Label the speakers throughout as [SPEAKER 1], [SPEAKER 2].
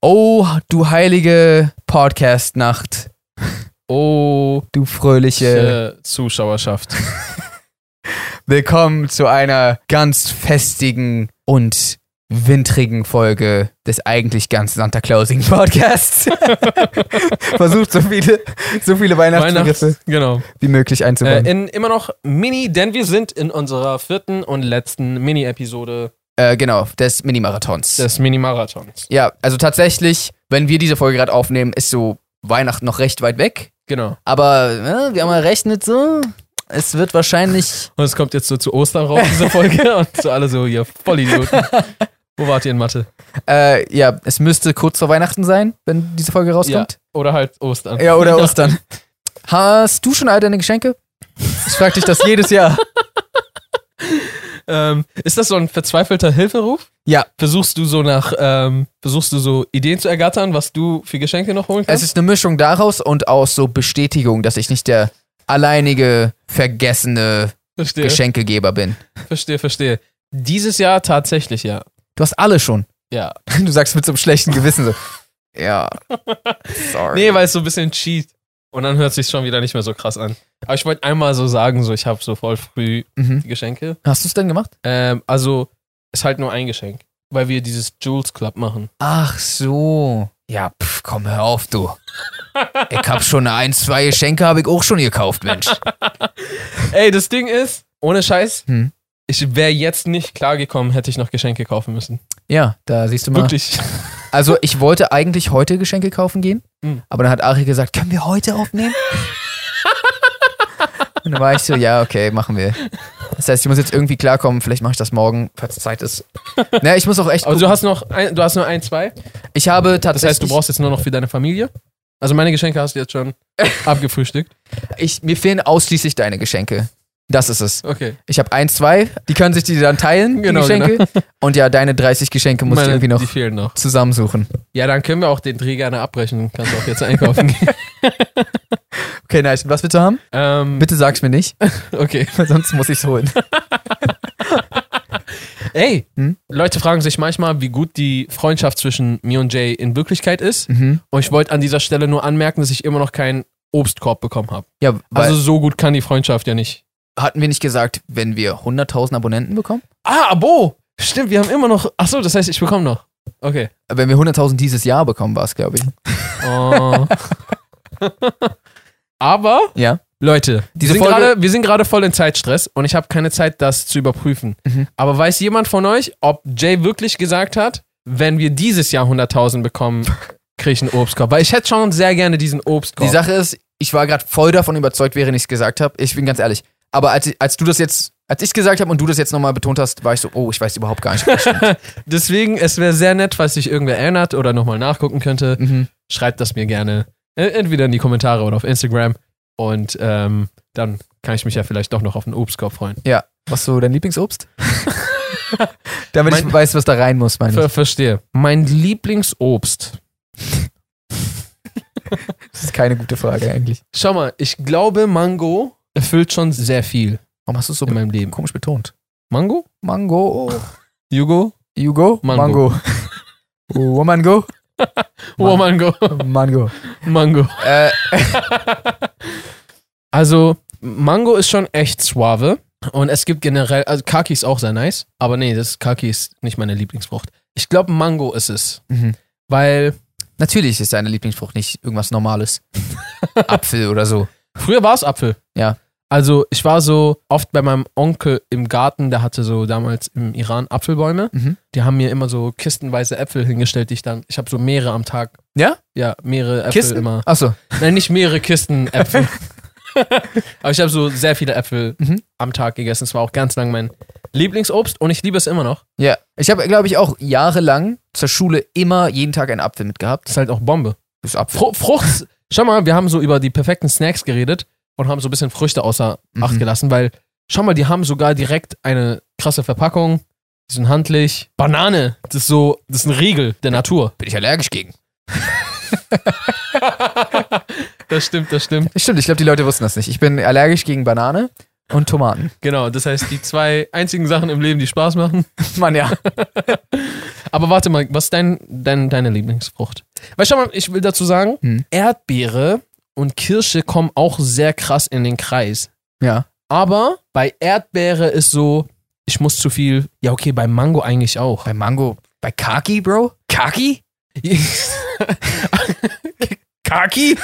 [SPEAKER 1] Oh, du heilige Podcast-Nacht. Oh, du fröhliche.
[SPEAKER 2] Äh, Zuschauerschaft.
[SPEAKER 1] Willkommen zu einer ganz festigen und wintrigen Folge des eigentlich ganz Santa Clausing Podcasts. Versucht so viele, so viele Weihnachtsbegriffe
[SPEAKER 2] Weihnachts. Genau.
[SPEAKER 1] wie möglich einzubauen.
[SPEAKER 2] Äh, in immer noch Mini, denn wir sind in unserer vierten und letzten Mini-Episode
[SPEAKER 1] Äh, genau, des Minimarathons.
[SPEAKER 2] des Mini-Marathons.
[SPEAKER 1] ja, also tatsächlich, wenn wir diese Folge gerade aufnehmen, ist so Weihnachten noch recht weit weg.
[SPEAKER 2] Genau.
[SPEAKER 1] Aber äh, wir haben errechnet so, es wird wahrscheinlich
[SPEAKER 2] Und es kommt jetzt so zu Ostern raus, diese Folge. und so alle so, ihr Vollidioten. Wo wart ihr in Mathe?
[SPEAKER 1] Äh, ja, es müsste kurz vor Weihnachten sein, wenn diese Folge rauskommt.
[SPEAKER 2] Oder halt Ostern.
[SPEAKER 1] Ja, oder Ostern. Hast du schon all deine Geschenke? Ich frag dich das jedes Jahr.
[SPEAKER 2] Ähm, ist das so ein verzweifelter Hilferuf?
[SPEAKER 1] Ja.
[SPEAKER 2] Versuchst du so nach, ähm, versuchst du so Ideen zu ergattern, was du für Geschenke noch holen
[SPEAKER 1] Es
[SPEAKER 2] kannst?
[SPEAKER 1] ist eine Mischung daraus und aus so Bestätigung, dass ich nicht der alleinige, vergessene
[SPEAKER 2] verstehe,
[SPEAKER 1] Geschenkegeber bin.
[SPEAKER 2] verstehe, verstehe. Dieses Jahr tatsächlich, ja.
[SPEAKER 1] Du hast alle schon.
[SPEAKER 2] Ja.
[SPEAKER 1] Du sagst mit so einem schlechten Gewissen so. Ja. Sorry.
[SPEAKER 2] Nee, weil es so ein bisschen cheat. Und dann hört sich schon wieder nicht mehr so krass an. Aber ich wollte einmal so sagen, so ich habe so voll früh
[SPEAKER 1] mhm.
[SPEAKER 2] die Geschenke.
[SPEAKER 1] Hast du es denn gemacht?
[SPEAKER 2] Ähm, also ist halt nur ein Geschenk, weil wir dieses Jules Club machen.
[SPEAKER 1] Ach so. Ja, pf, komm, hör auf, du. Ich hab schon ein, zwei Geschenke, habe ich auch schon gekauft, Mensch.
[SPEAKER 2] Ey, das Ding ist, ohne Scheiß,
[SPEAKER 1] Hm.
[SPEAKER 2] ich wäre jetzt nicht klargekommen, hätte ich noch Geschenke kaufen müssen.
[SPEAKER 1] Ja, da siehst du mal.
[SPEAKER 2] Wirklich.
[SPEAKER 1] Also ich wollte eigentlich heute Geschenke kaufen gehen,
[SPEAKER 2] Mhm.
[SPEAKER 1] aber dann hat Ari gesagt, können wir heute aufnehmen? Und dann war ich so, ja, okay, machen wir. Das heißt, ich muss jetzt irgendwie klarkommen, vielleicht mache ich das morgen, falls Zeit ist. Naja, ich muss auch echt.
[SPEAKER 2] Aber du
[SPEAKER 1] gucken.
[SPEAKER 2] hast noch ein, du hast nur ein, zwei.
[SPEAKER 1] ich habe
[SPEAKER 2] Also, Das
[SPEAKER 1] tatsächlich.
[SPEAKER 2] heißt, du brauchst jetzt nur noch für deine Familie. Also meine Geschenke hast du jetzt schon abgefrühstückt.
[SPEAKER 1] ich, mir fehlen ausschließlich deine Geschenke. Das ist es.
[SPEAKER 2] Okay.
[SPEAKER 1] Ich habe ein, zwei, die können sich die dann teilen,
[SPEAKER 2] Genau,
[SPEAKER 1] die Geschenke. Und ja, deine 30 Geschenke muss ich
[SPEAKER 2] meine,
[SPEAKER 1] irgendwie noch
[SPEAKER 2] Die fehlen noch.
[SPEAKER 1] zusammensuchen.
[SPEAKER 2] Ja, dann können wir auch den Dreh gerne abbrechen. Kannst auch jetzt einkaufen gehen.
[SPEAKER 1] Okay, nice. Was willst du haben?
[SPEAKER 2] ähm,
[SPEAKER 1] Bitte sag's mir nicht,
[SPEAKER 2] okay.
[SPEAKER 1] weil sonst muss ich's holen.
[SPEAKER 2] Ey,
[SPEAKER 1] Hm?
[SPEAKER 2] Leute fragen sich manchmal, wie gut die Freundschaft zwischen mir und Jay in Wirklichkeit ist.
[SPEAKER 1] Mhm.
[SPEAKER 2] Und ich wollte an dieser Stelle nur anmerken, dass ich immer noch keinen Obstkorb bekommen habe.
[SPEAKER 1] Ja, weil-
[SPEAKER 2] Also so gut kann die Freundschaft ja nicht.
[SPEAKER 1] hatten wir nicht gesagt, wenn wir 100.000 Abonnenten bekommen?
[SPEAKER 2] Ah, Abo! Stimmt, wir haben immer noch. Achso, das heißt, ich bekomme noch. Okay.
[SPEAKER 1] Wenn wir 100.000 dieses Jahr bekommen, war es, glaube ich.
[SPEAKER 2] Oh. Aber
[SPEAKER 1] Ja.
[SPEAKER 2] Leute,
[SPEAKER 1] Diese
[SPEAKER 2] wir sind
[SPEAKER 1] Folge-
[SPEAKER 2] gerade- wir sind gerade voll in Zeitstress und ich habe keine Zeit, das zu überprüfen.
[SPEAKER 1] Mhm.
[SPEAKER 2] Aber weiß jemand von euch, ob Jay wirklich gesagt hat, wenn wir dieses Jahr 100.000 bekommen, kriege ich einen Obstkorb? Weil ich hätte schon sehr gerne diesen Obstkorb.
[SPEAKER 1] Die Sache ist, ich war gerade voll davon überzeugt, während ich es gesagt habe. Ich bin ganz ehrlich. Aber als, als du das jetzt, als ich gesagt habe und du das jetzt nochmal betont hast, war ich so, oh, ich weiß überhaupt gar nicht. was stimmt.
[SPEAKER 2] Deswegen, es wäre sehr nett, falls sich irgendwer erinnert oder nochmal nachgucken könnte.
[SPEAKER 1] mhm.
[SPEAKER 2] Schreibt das mir gerne äh, entweder in die Kommentare oder auf Instagram. Und ähm, dann kann ich mich ja vielleicht doch noch auf einen Obstkorb freuen.
[SPEAKER 1] Ja. Was so dein Lieblingsobst? Damit ich
[SPEAKER 2] Mein-
[SPEAKER 1] weiß, was da rein muss, meine
[SPEAKER 2] Ver
[SPEAKER 1] ich.
[SPEAKER 2] verstehe. Mein Lieblingsobst.
[SPEAKER 1] Das ist keine gute Frage eigentlich.
[SPEAKER 2] Schau mal, ich glaube, Mango erfüllt schon sehr viel
[SPEAKER 1] Warum hast du es so
[SPEAKER 2] in meinem Leben.
[SPEAKER 1] komisch betont?
[SPEAKER 2] Mango?
[SPEAKER 1] Mango.
[SPEAKER 2] Jugo?
[SPEAKER 1] You go?
[SPEAKER 2] Mango.
[SPEAKER 1] Mango. Oh, Mango?
[SPEAKER 2] Oh, Mango.
[SPEAKER 1] Mango.
[SPEAKER 2] Mango.
[SPEAKER 1] Äh,
[SPEAKER 2] Also, Mango ist schon echt suave. Und es gibt generell, also Kaki ist auch sehr nice. Aber nee, das Kaki ist nicht meine Lieblingsfrucht. Ich glaube, Mango ist es.
[SPEAKER 1] Mhm.
[SPEAKER 2] Weil
[SPEAKER 1] Natürlich ist deine Lieblingsfrucht nicht irgendwas Normales. Apfel oder so.
[SPEAKER 2] früher war es Apfel.
[SPEAKER 1] Ja.
[SPEAKER 2] Also, ich war so oft bei meinem Onkel im Garten, der hatte so damals im Iran Apfelbäume.
[SPEAKER 1] Mhm.
[SPEAKER 2] Die haben mir immer so kistenweise Äpfel hingestellt, die ich dann, ich habe so mehrere am Tag.
[SPEAKER 1] Ja?
[SPEAKER 2] Ja, mehrere Äpfel
[SPEAKER 1] Kisten?
[SPEAKER 2] immer.
[SPEAKER 1] Achso.
[SPEAKER 2] Nein, nicht mehrere Kisten Äpfel. Aber ich habe so sehr viele Äpfel
[SPEAKER 1] Mhm.
[SPEAKER 2] am Tag gegessen. Es war auch ganz lang mein Lieblingsobst und ich liebe es immer noch.
[SPEAKER 1] Ja. Ich habe, glaube ich, auch jahrelang zur Schule immer jeden Tag einen Apfel mitgehabt.
[SPEAKER 2] ist halt auch Bombe.
[SPEAKER 1] Das ist Apfel.
[SPEAKER 2] Fru Frucht. schau mal, wir haben so über die perfekten Snacks geredet und haben so ein bisschen Früchte außer
[SPEAKER 1] Mhm.
[SPEAKER 2] Acht gelassen, weil, schau mal, die haben sogar direkt eine krasse Verpackung. Die sind handlich. Banane, das ist so, das ist ein Riegel der Natur.
[SPEAKER 1] Bin ich allergisch gegen.
[SPEAKER 2] Das stimmt, das stimmt.
[SPEAKER 1] Stimmt, ich glaube, die Leute wussten das nicht. Ich bin allergisch gegen Banane und Tomaten.
[SPEAKER 2] Genau, das heißt, die zwei einzigen Sachen im Leben, die Spaß machen.
[SPEAKER 1] Mann, ja.
[SPEAKER 2] Aber warte mal, was ist dein, dein, deine Lieblingsfrucht? Weil schau mal, ich will dazu sagen,
[SPEAKER 1] Hm.
[SPEAKER 2] Erdbeere und Kirsche kommen auch sehr krass in den Kreis.
[SPEAKER 1] Ja.
[SPEAKER 2] Aber bei Erdbeere ist so, ich muss zu viel. Ja, okay, bei Mango eigentlich auch.
[SPEAKER 1] Bei Mango, bei Kaki, Bro? Kaki? Kaki?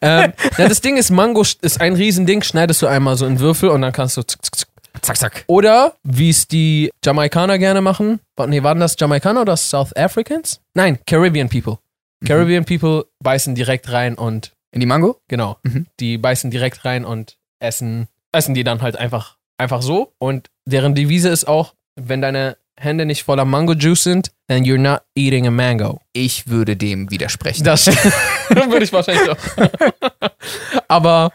[SPEAKER 2] ähm, ja, das Ding ist, Mango sch- ist ein Riesending, schneidest du einmal so in Würfel und dann kannst du. Zick, zick, zick.
[SPEAKER 1] Zack, zack.
[SPEAKER 2] Oder wie es die Jamaikaner gerne machen. Wa- Nee, waren das Jamaikaner oder South Africans? Nein, Caribbean People. Caribbean People beißen direkt rein und
[SPEAKER 1] In die Mango?
[SPEAKER 2] Genau.
[SPEAKER 1] Mhm.
[SPEAKER 2] Die beißen direkt rein und essen, essen die dann halt einfach, einfach so. Und deren Devise ist auch, wenn deine Hände nicht voller Mango-Juice sind, then you're not eating a mango.
[SPEAKER 1] Ich würde dem widersprechen.
[SPEAKER 2] Das würde ich wahrscheinlich auch. Aber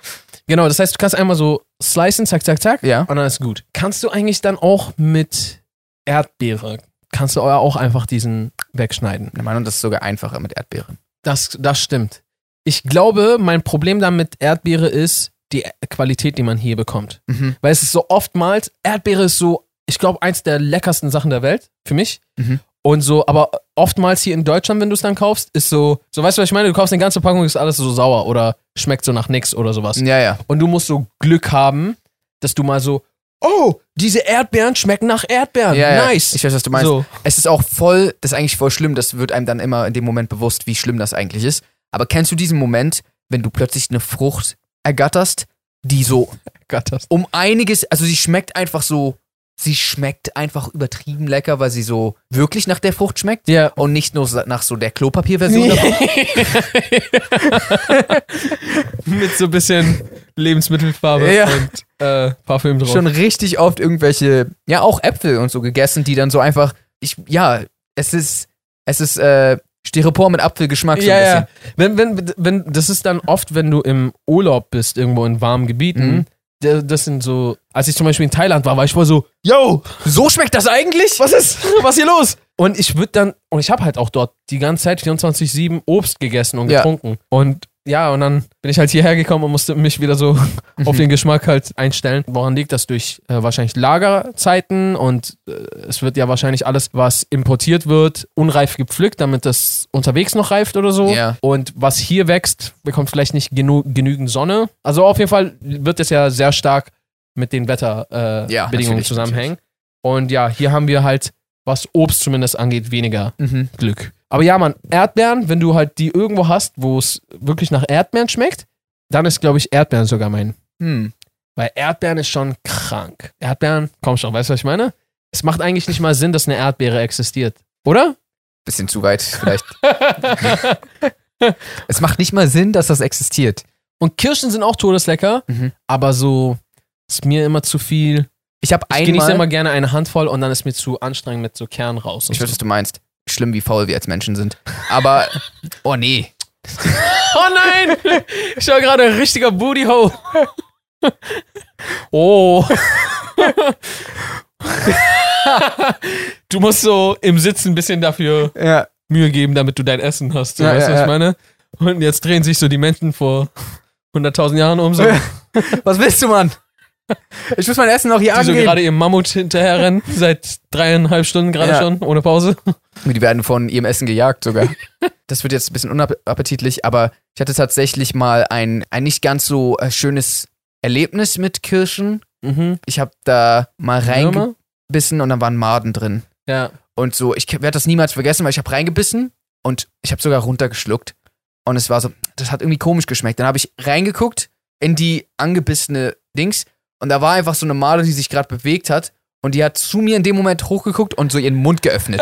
[SPEAKER 2] genau, das heißt, du kannst einmal so slicen, zack, zack, zack,
[SPEAKER 1] Ja.
[SPEAKER 2] und dann ist gut. Kannst du eigentlich dann auch mit Erdbeere, kannst du auch einfach diesen wegschneiden?
[SPEAKER 1] Meine Meinung, das ist sogar einfacher mit Erdbeeren.
[SPEAKER 2] Das, das stimmt. Ich glaube, mein Problem damit Erdbeere ist die Qualität, die man hier bekommt.
[SPEAKER 1] Mhm.
[SPEAKER 2] Weil es ist so oftmals, Erdbeere ist so, ich glaube, eins der leckersten Sachen der Welt für mich.
[SPEAKER 1] Mhm.
[SPEAKER 2] Und so, aber oftmals hier in Deutschland, wenn du es dann kaufst, ist so, so weißt du, was ich meine? Du kaufst eine ganze Packung, ist alles so sauer oder schmeckt so nach nix oder sowas.
[SPEAKER 1] Ja, ja.
[SPEAKER 2] Und du musst so Glück haben, dass du mal so, oh, diese Erdbeeren schmecken nach Erdbeeren.
[SPEAKER 1] ja, ja.
[SPEAKER 2] Ah, nice.
[SPEAKER 1] Ich weiß, was du meinst.
[SPEAKER 2] So.
[SPEAKER 1] Es ist auch voll, das ist eigentlich voll schlimm, das wird einem dann immer in dem Moment bewusst, wie schlimm das eigentlich ist. Aber kennst du diesen Moment, wenn du plötzlich eine Frucht ergatterst, die so
[SPEAKER 2] Gott, das-
[SPEAKER 1] um einiges, also sie schmeckt einfach so, sie schmeckt einfach übertrieben lecker, weil sie so wirklich nach der Frucht schmeckt
[SPEAKER 2] Ja,
[SPEAKER 1] und nicht nur sa- nach so der Klopapierversion.
[SPEAKER 2] Nee.
[SPEAKER 1] davon.
[SPEAKER 2] mit so ein bisschen Lebensmittelfarbe
[SPEAKER 1] Ja.
[SPEAKER 2] und äh, Parfüm drauf.
[SPEAKER 1] Schon richtig oft irgendwelche, ja auch Äpfel und so gegessen, die dann so einfach, ich, ja, es ist, es ist äh, Styropor mit Apfelgeschmack so
[SPEAKER 2] ja,
[SPEAKER 1] ein
[SPEAKER 2] ja.
[SPEAKER 1] bisschen.
[SPEAKER 2] Wenn, wenn, wenn, das ist dann oft, wenn du im Urlaub bist, irgendwo in warmen Gebieten.
[SPEAKER 1] Mhm.
[SPEAKER 2] da- Das sind so, als ich zum Beispiel in Thailand war, war ich voll so, yo,
[SPEAKER 1] So schmeckt das eigentlich?
[SPEAKER 2] was ist, was hier los? Und ich würde dann, und ich habe halt auch dort die ganze Zeit 24-7 Obst gegessen und
[SPEAKER 1] Ja.
[SPEAKER 2] getrunken. Und ja, und dann bin ich halt hierher gekommen und musste mich wieder so auf den Geschmack halt einstellen. Woran liegt das? Durch äh, wahrscheinlich Lagerzeiten und äh, es wird ja wahrscheinlich alles, was importiert wird, unreif gepflückt, damit das unterwegs noch reift oder so.
[SPEAKER 1] Ja.
[SPEAKER 2] Und was hier wächst, bekommt vielleicht nicht genu genügend Sonne. Also auf jeden Fall wird es ja sehr stark mit den Wetterbedingungen äh,
[SPEAKER 1] Ja,
[SPEAKER 2] Bedingungen
[SPEAKER 1] natürlich,
[SPEAKER 2] zusammenhängen. Und ja, hier haben wir halt, was Obst zumindest angeht, weniger
[SPEAKER 1] Mhm.
[SPEAKER 2] Glück. Aber ja, Mann, Erdbeeren, wenn du halt die irgendwo hast, wo es wirklich nach Erdbeeren schmeckt, dann ist, glaube ich, Erdbeeren sogar mein.
[SPEAKER 1] Hm.
[SPEAKER 2] Weil Erdbeeren ist schon krank. Erdbeeren, komm schon, weißt du, was ich meine? Es macht eigentlich nicht mal Sinn, dass eine Erdbeere existiert. Oder?
[SPEAKER 1] Bisschen zu weit vielleicht. es macht nicht mal Sinn, dass das existiert.
[SPEAKER 2] Und Kirschen sind auch todeslecker,
[SPEAKER 1] Mhm.
[SPEAKER 2] aber so ist mir immer zu viel.
[SPEAKER 1] Ich habe
[SPEAKER 2] Ich genieße immer
[SPEAKER 1] einmal...
[SPEAKER 2] gerne eine Handvoll und dann ist mir zu anstrengend mit so Kern raus. Und
[SPEAKER 1] Ich weiß,
[SPEAKER 2] so.
[SPEAKER 1] was du meinst. Schlimm, wie faul wir als Menschen sind. Aber... Oh nee.
[SPEAKER 2] Oh nein! Ich war gerade ein richtiger Booty Hole. Oh. Du musst so im Sitzen ein bisschen dafür
[SPEAKER 1] Ja.
[SPEAKER 2] Mühe geben, damit du dein Essen hast. So,
[SPEAKER 1] Ja,
[SPEAKER 2] weißt du,
[SPEAKER 1] ja,
[SPEAKER 2] was
[SPEAKER 1] ja.
[SPEAKER 2] ich meine? Und jetzt drehen sich so die Menschen vor 100.000 Jahren um, so, die
[SPEAKER 1] Was willst du, Mann? Ich muss mein Essen noch hier
[SPEAKER 2] so
[SPEAKER 1] angeben.
[SPEAKER 2] gerade ihrem Mammut hinterherrennen, seit dreieinhalb Stunden gerade
[SPEAKER 1] Ja.
[SPEAKER 2] schon, ohne Pause.
[SPEAKER 1] Die werden von ihrem Essen gejagt sogar. Das wird jetzt ein bisschen unappetitlich, aber ich hatte tatsächlich mal ein, ein nicht ganz so äh, schönes Erlebnis mit Kirschen.
[SPEAKER 2] Mhm.
[SPEAKER 1] Ich habe da mal
[SPEAKER 2] Würmer?
[SPEAKER 1] reingebissen und dann waren Maden drin.
[SPEAKER 2] Ja.
[SPEAKER 1] Und so, ich werde das niemals vergessen, weil ich habe reingebissen und ich habe sogar runtergeschluckt. Und es war so, das hat irgendwie komisch geschmeckt. Dann habe ich reingeguckt in die angebissene Dings und da war einfach so eine Made, die sich gerade bewegt hat und die hat zu mir in dem Moment hochgeguckt und so ihren Mund geöffnet.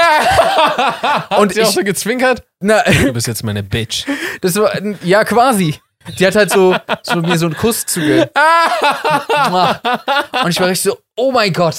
[SPEAKER 2] Und sie
[SPEAKER 1] ich-
[SPEAKER 2] auch so gezwinkert.
[SPEAKER 1] Na,
[SPEAKER 2] Du bist jetzt meine Bitch.
[SPEAKER 1] das war, ja, quasi. Die hat halt so, so mir so einen Kuss zuge. und ich war richtig so, oh mein Gott.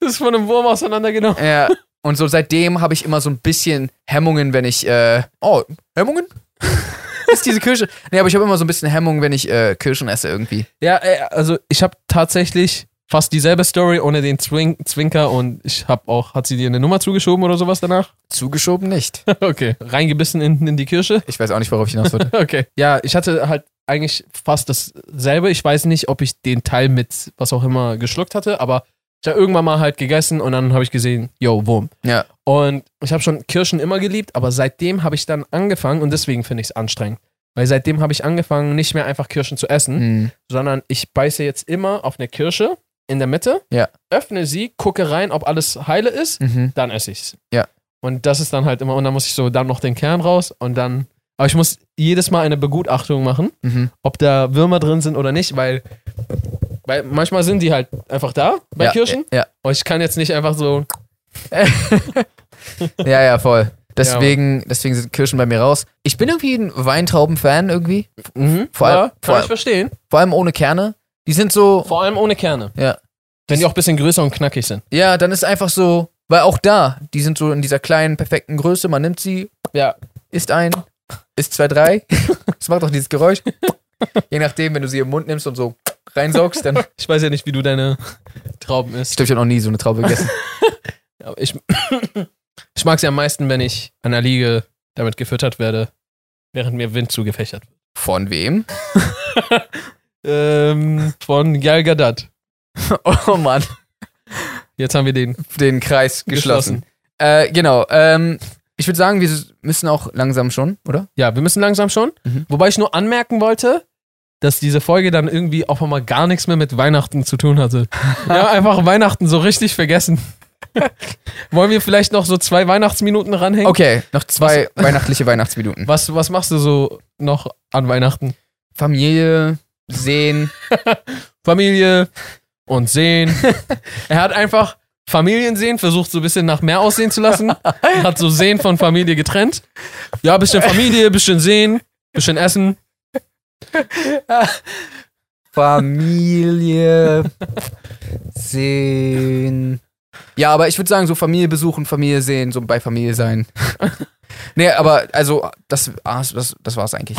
[SPEAKER 2] Das ist von einem Wurm auseinandergenommen.
[SPEAKER 1] Ja. Und so seitdem habe ich immer so ein bisschen Hemmungen, wenn ich. Äh, oh, Hemmungen? ist diese Kirsche. Nee, aber ich habe immer so ein bisschen Hemmungen, wenn ich äh, Kirschen esse irgendwie.
[SPEAKER 2] Ja, äh, also ich habe tatsächlich fast dieselbe Story ohne den Zwing Zwinker und ich habe auch, hat sie dir eine Nummer zugeschoben oder sowas danach?
[SPEAKER 1] Zugeschoben nicht.
[SPEAKER 2] okay. Reingebissen in, in die Kirsche?
[SPEAKER 1] Ich weiß auch nicht, worauf ich hinaus wollte.
[SPEAKER 2] Okay. Ja, ich hatte halt eigentlich fast dasselbe. Ich weiß nicht, ob ich den Teil mit was auch immer geschluckt hatte, aber ich habe irgendwann mal halt gegessen und dann habe ich gesehen, yo, Wurm.
[SPEAKER 1] Ja.
[SPEAKER 2] Und ich habe schon Kirschen immer geliebt, aber seitdem habe ich dann angefangen und deswegen finde ich es anstrengend. Weil seitdem habe ich angefangen, nicht mehr einfach Kirschen zu essen,
[SPEAKER 1] Mhm.
[SPEAKER 2] sondern ich beiße jetzt immer auf eine Kirsche in der Mitte,
[SPEAKER 1] Ja.
[SPEAKER 2] öffne sie, gucke rein, ob alles heile ist,
[SPEAKER 1] Mhm.
[SPEAKER 2] dann esse ich's.
[SPEAKER 1] Ja.
[SPEAKER 2] Und das ist dann halt immer, und dann muss ich so dann noch den Kern raus und dann. Aber ich muss jedes Mal eine Begutachtung machen,
[SPEAKER 1] Mhm.
[SPEAKER 2] ob da Würmer drin sind oder nicht, weil, weil manchmal sind die halt einfach da bei
[SPEAKER 1] ja,
[SPEAKER 2] Kirschen.
[SPEAKER 1] Ja,
[SPEAKER 2] Und ich kann jetzt nicht einfach so.
[SPEAKER 1] ja, ja, voll. Deswegen, deswegen sind Kirschen bei mir raus. Ich bin irgendwie ein Weintrauben-Fan irgendwie. Vor allem-
[SPEAKER 2] mhm, ja, kann
[SPEAKER 1] vor allem-
[SPEAKER 2] ich verstehen.
[SPEAKER 1] Vor allem ohne Kerne. Die sind so.
[SPEAKER 2] Vor allem ohne Kerne.
[SPEAKER 1] Ja.
[SPEAKER 2] Wenn die auch ein bisschen größer und knackig sind.
[SPEAKER 1] Ja, dann ist einfach so. Weil auch da, die sind so in dieser kleinen, perfekten Größe. Man nimmt sie,
[SPEAKER 2] Ja.
[SPEAKER 1] isst ein, isst zwei, drei. Das macht auch dieses Geräusch. Je nachdem, wenn du sie im Mund nimmst und so reinsaugst, dann.
[SPEAKER 2] Ich weiß ja nicht, wie du deine Trauben isst.
[SPEAKER 1] Ich glaube, ich habe noch nie so eine Traube gegessen.
[SPEAKER 2] Aber ich, ich mag sie am meisten, wenn ich an der Liege damit gefüttert werde, während mir Wind zugefächert wird.
[SPEAKER 1] Von wem?
[SPEAKER 2] Ähm, von Gal Gadot.
[SPEAKER 1] Oh Mann,
[SPEAKER 2] Jetzt haben wir den
[SPEAKER 1] den Kreis geschlossen.
[SPEAKER 2] geschlossen.
[SPEAKER 1] Äh, genau. Ähm, ich würde sagen, wir müssen auch langsam schon, oder?
[SPEAKER 2] Ja, wir müssen langsam schon.
[SPEAKER 1] Mhm.
[SPEAKER 2] Wobei ich nur anmerken wollte, dass diese Folge dann irgendwie auch mal gar nichts mehr mit Weihnachten zu tun hatte. ja, einfach Weihnachten so richtig vergessen. Wollen wir vielleicht noch so zwei Weihnachtsminuten ranhängen?
[SPEAKER 1] Okay, noch zwei weihnachtliche Weihnachtsminuten.
[SPEAKER 2] Was, was machst du so noch an Weihnachten?
[SPEAKER 1] Familie, sehen.
[SPEAKER 2] Familie und Sehen. er hat einfach Familien sehen, versucht so ein bisschen nach mehr aussehen zu lassen. hat so Sehen von Familie getrennt. Ja, bisschen Familie, bisschen Sehen, bisschen Essen.
[SPEAKER 1] Familie sehen. Ja, aber ich würde sagen, so Familie besuchen, Familie sehen, so bei Familie sein. nee, aber also, das, ah, das, das war's eigentlich.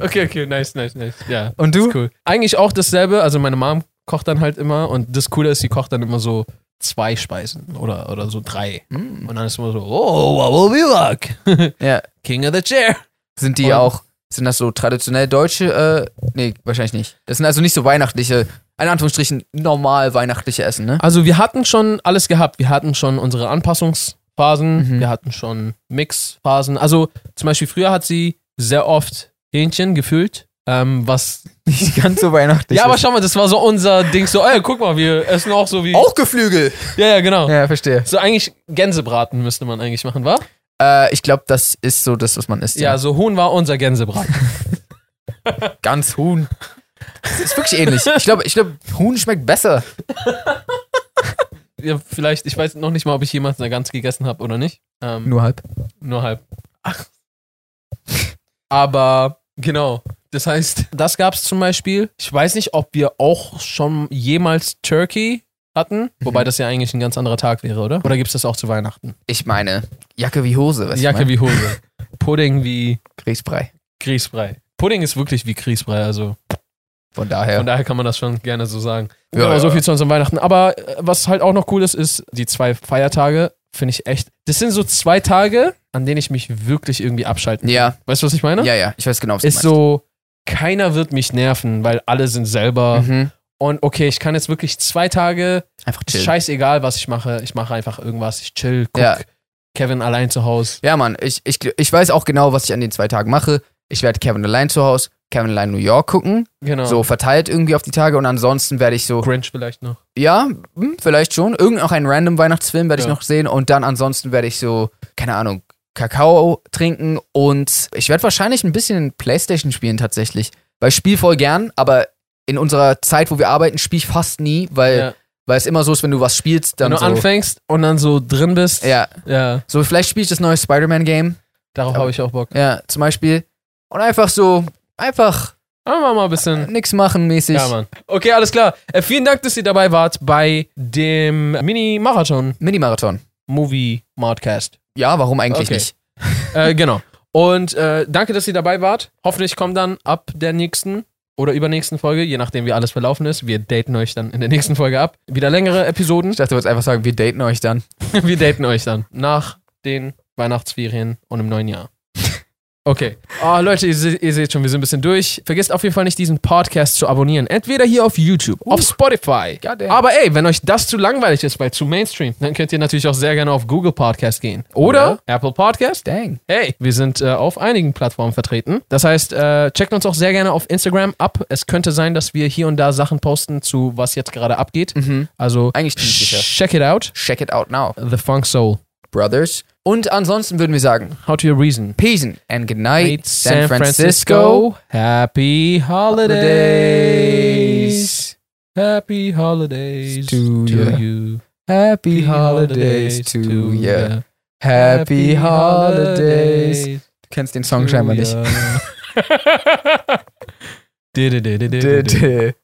[SPEAKER 2] Okay, okay, nice, nice, nice. Ja,
[SPEAKER 1] Und du?
[SPEAKER 2] ist cool. Eigentlich auch dasselbe. Also meine Mom kocht dann halt immer und das Coole ist, sie kocht dann immer so zwei Speisen oder, oder so drei.
[SPEAKER 1] Mm.
[SPEAKER 2] Und dann ist immer so, oh, what will we like?
[SPEAKER 1] Ja.
[SPEAKER 2] King of the chair.
[SPEAKER 1] Sind die
[SPEAKER 2] Und-
[SPEAKER 1] auch, sind das so traditionell deutsche, äh, nee, wahrscheinlich nicht. Das sind also nicht so weihnachtliche, in Anführungsstrichen, normal weihnachtliche Essen, ne?
[SPEAKER 2] Also wir hatten schon alles gehabt. Wir hatten schon unsere Anpassungsphasen,
[SPEAKER 1] Mhm.
[SPEAKER 2] wir hatten schon Mixphasen. Also zum Beispiel früher hat sie sehr oft Hähnchen gefüllt. Ähm, was.
[SPEAKER 1] Nicht ganz so weihnachtlich.
[SPEAKER 2] ja, aber schau mal, das war so unser Ding. So, ey, guck mal, wir essen auch so wie.
[SPEAKER 1] auch Geflügel.
[SPEAKER 2] Ja, ja, genau.
[SPEAKER 1] Oh! Ja, verstehe.
[SPEAKER 2] So eigentlich Gänsebraten müsste man eigentlich machen, wa?
[SPEAKER 1] Äh, ich glaube, das ist so das, was man isst.
[SPEAKER 2] Ja, so Huhn war unser Gänsebraten.
[SPEAKER 1] Ganz Huhn. Das ist wirklich ähnlich. Ich glaube, ich glaub, Huhn schmeckt besser.
[SPEAKER 2] ja, vielleicht, ich weiß noch nicht mal, ob ich jemals eine Gans gegessen habe oder nicht. Ähm,
[SPEAKER 1] Nur halb.
[SPEAKER 2] Nur halb. Ach. Aber genau. Das heißt, das gab es zum Beispiel. Ich weiß nicht, ob wir auch schon jemals Turkey
[SPEAKER 1] Mhm.
[SPEAKER 2] hatten. Wobei das ja eigentlich ein ganz anderer Tag wäre, oder? Oder gibt es das auch zu Weihnachten?
[SPEAKER 1] Ich meine, Jacke wie Hose. Weißt
[SPEAKER 2] Jacke
[SPEAKER 1] du
[SPEAKER 2] wie Hose. Pudding wie
[SPEAKER 1] Kriegsbrei.
[SPEAKER 2] Grießbrei. Pudding ist wirklich wie Grießbrei, also
[SPEAKER 1] Von daher.
[SPEAKER 2] von daher kann man das schon gerne so sagen.
[SPEAKER 1] Ja,
[SPEAKER 2] genau,
[SPEAKER 1] ja.
[SPEAKER 2] so viel zu unserem Weihnachten. Aber äh, was halt auch noch cool ist, ist die zwei Feiertage, finde ich echt. Das sind so zwei Tage, an denen ich mich wirklich irgendwie abschalten.
[SPEAKER 1] ja,
[SPEAKER 2] Weißt du, was ich meine?
[SPEAKER 1] ja, ja. Ich weiß genau, was du
[SPEAKER 2] Ne? ist so, keiner wird mich nerven, weil alle sind selber.
[SPEAKER 1] meinst. Mhm.
[SPEAKER 2] Und okay, ich kann jetzt wirklich zwei Tage,
[SPEAKER 1] Einfach
[SPEAKER 2] ist
[SPEAKER 1] chill.
[SPEAKER 2] scheißegal, was ich mache, ich mache einfach irgendwas, ich chill, guck
[SPEAKER 1] Ja.
[SPEAKER 2] Kevin allein zu Hause.
[SPEAKER 1] Ja, Mann. Ich, ich, ich weiß auch genau, was ich an den zwei Tagen mache. Ich werde Kevin allein zu Hause, Kevin allein New York gucken.
[SPEAKER 2] Genau.
[SPEAKER 1] So verteilt irgendwie auf die Tage. Und ansonsten werde ich so,
[SPEAKER 2] Grinch vielleicht noch.
[SPEAKER 1] ja, hm, vielleicht schon. Irgend noch einen random Weihnachtsfilm werde ich
[SPEAKER 2] Ja.
[SPEAKER 1] noch sehen. Und dann ansonsten werde ich so, keine Ahnung, Kakao trinken. Und ich werde wahrscheinlich ein bisschen Playstation spielen tatsächlich. Weil ich spiele voll gern, aber in unserer Zeit, wo wir arbeiten, spiele ich fast nie, weil.
[SPEAKER 2] Ja.
[SPEAKER 1] Weil es immer so ist, wenn du was spielst,
[SPEAKER 2] Wenn
[SPEAKER 1] dann
[SPEAKER 2] du
[SPEAKER 1] so.
[SPEAKER 2] anfängst und dann so drin bist,
[SPEAKER 1] Ja,
[SPEAKER 2] ja
[SPEAKER 1] so vielleicht spiele ich das neue Spider-Man-Game,
[SPEAKER 2] darauf
[SPEAKER 1] Ja.
[SPEAKER 2] habe ich auch Bock.
[SPEAKER 1] ja, zum Beispiel. Und einfach so, einfach
[SPEAKER 2] Aber mal ein bisschen.
[SPEAKER 1] nix machen mäßig.
[SPEAKER 2] Ja, Mann. Okay, alles klar. Äh, vielen Dank, dass ihr dabei wart bei dem Mini-Marathon
[SPEAKER 1] Mini-Marathon.
[SPEAKER 2] Movie Modcast.
[SPEAKER 1] Ja, warum eigentlich
[SPEAKER 2] Okay.
[SPEAKER 1] nicht?
[SPEAKER 2] äh, genau. Und äh, danke, dass ihr dabei wart. Hoffentlich kommt dann ab der nächsten oder übernächsten Folge, je nachdem wie alles verlaufen ist. Wir daten euch dann in der nächsten Folge ab. Wieder längere Episoden.
[SPEAKER 1] Ich dachte, du wolltest einfach sagen, wir daten euch dann.
[SPEAKER 2] Wir daten euch dann nach den Weihnachtsferien und im neuen Jahr. Okay. Oh, Leute, ihr, se- ihr seht schon, wir sind ein bisschen durch. Vergesst auf jeden Fall nicht, diesen Podcast zu abonnieren. Entweder hier auf YouTube, auf Spotify.
[SPEAKER 1] Goddamn.
[SPEAKER 2] Aber ey, wenn euch das zu langweilig ist, weil zu Mainstream, dann könnt ihr natürlich auch sehr gerne auf Google Podcast gehen. Oder Apple Podcast.
[SPEAKER 1] Dang.
[SPEAKER 2] Hey, wir sind äh, auf einigen Plattformen vertreten. Das heißt, äh, checkt uns auch sehr gerne auf Instagram ab. Es könnte sein, dass wir hier und da Sachen posten zu, was jetzt gerade abgeht. Also
[SPEAKER 1] Mhm. Eigentlich ziemlich sicher.
[SPEAKER 2] check it out.
[SPEAKER 1] Check it out now,
[SPEAKER 2] The Funk Soul.
[SPEAKER 1] brothers. Und ansonsten würden wir sagen,
[SPEAKER 2] How to your reason?
[SPEAKER 1] Peace and good night, San,
[SPEAKER 2] San
[SPEAKER 1] Francisco.
[SPEAKER 2] Francisco. Happy holidays.
[SPEAKER 1] Holidays.
[SPEAKER 2] Happy holidays
[SPEAKER 1] To
[SPEAKER 2] to,
[SPEAKER 1] ya.
[SPEAKER 2] you.
[SPEAKER 1] Happy
[SPEAKER 2] ya.
[SPEAKER 1] ya. Happy holidays. Du kennst den Song scheinbar nicht.
[SPEAKER 2] Dididididididi.
[SPEAKER 1] Dö, dö.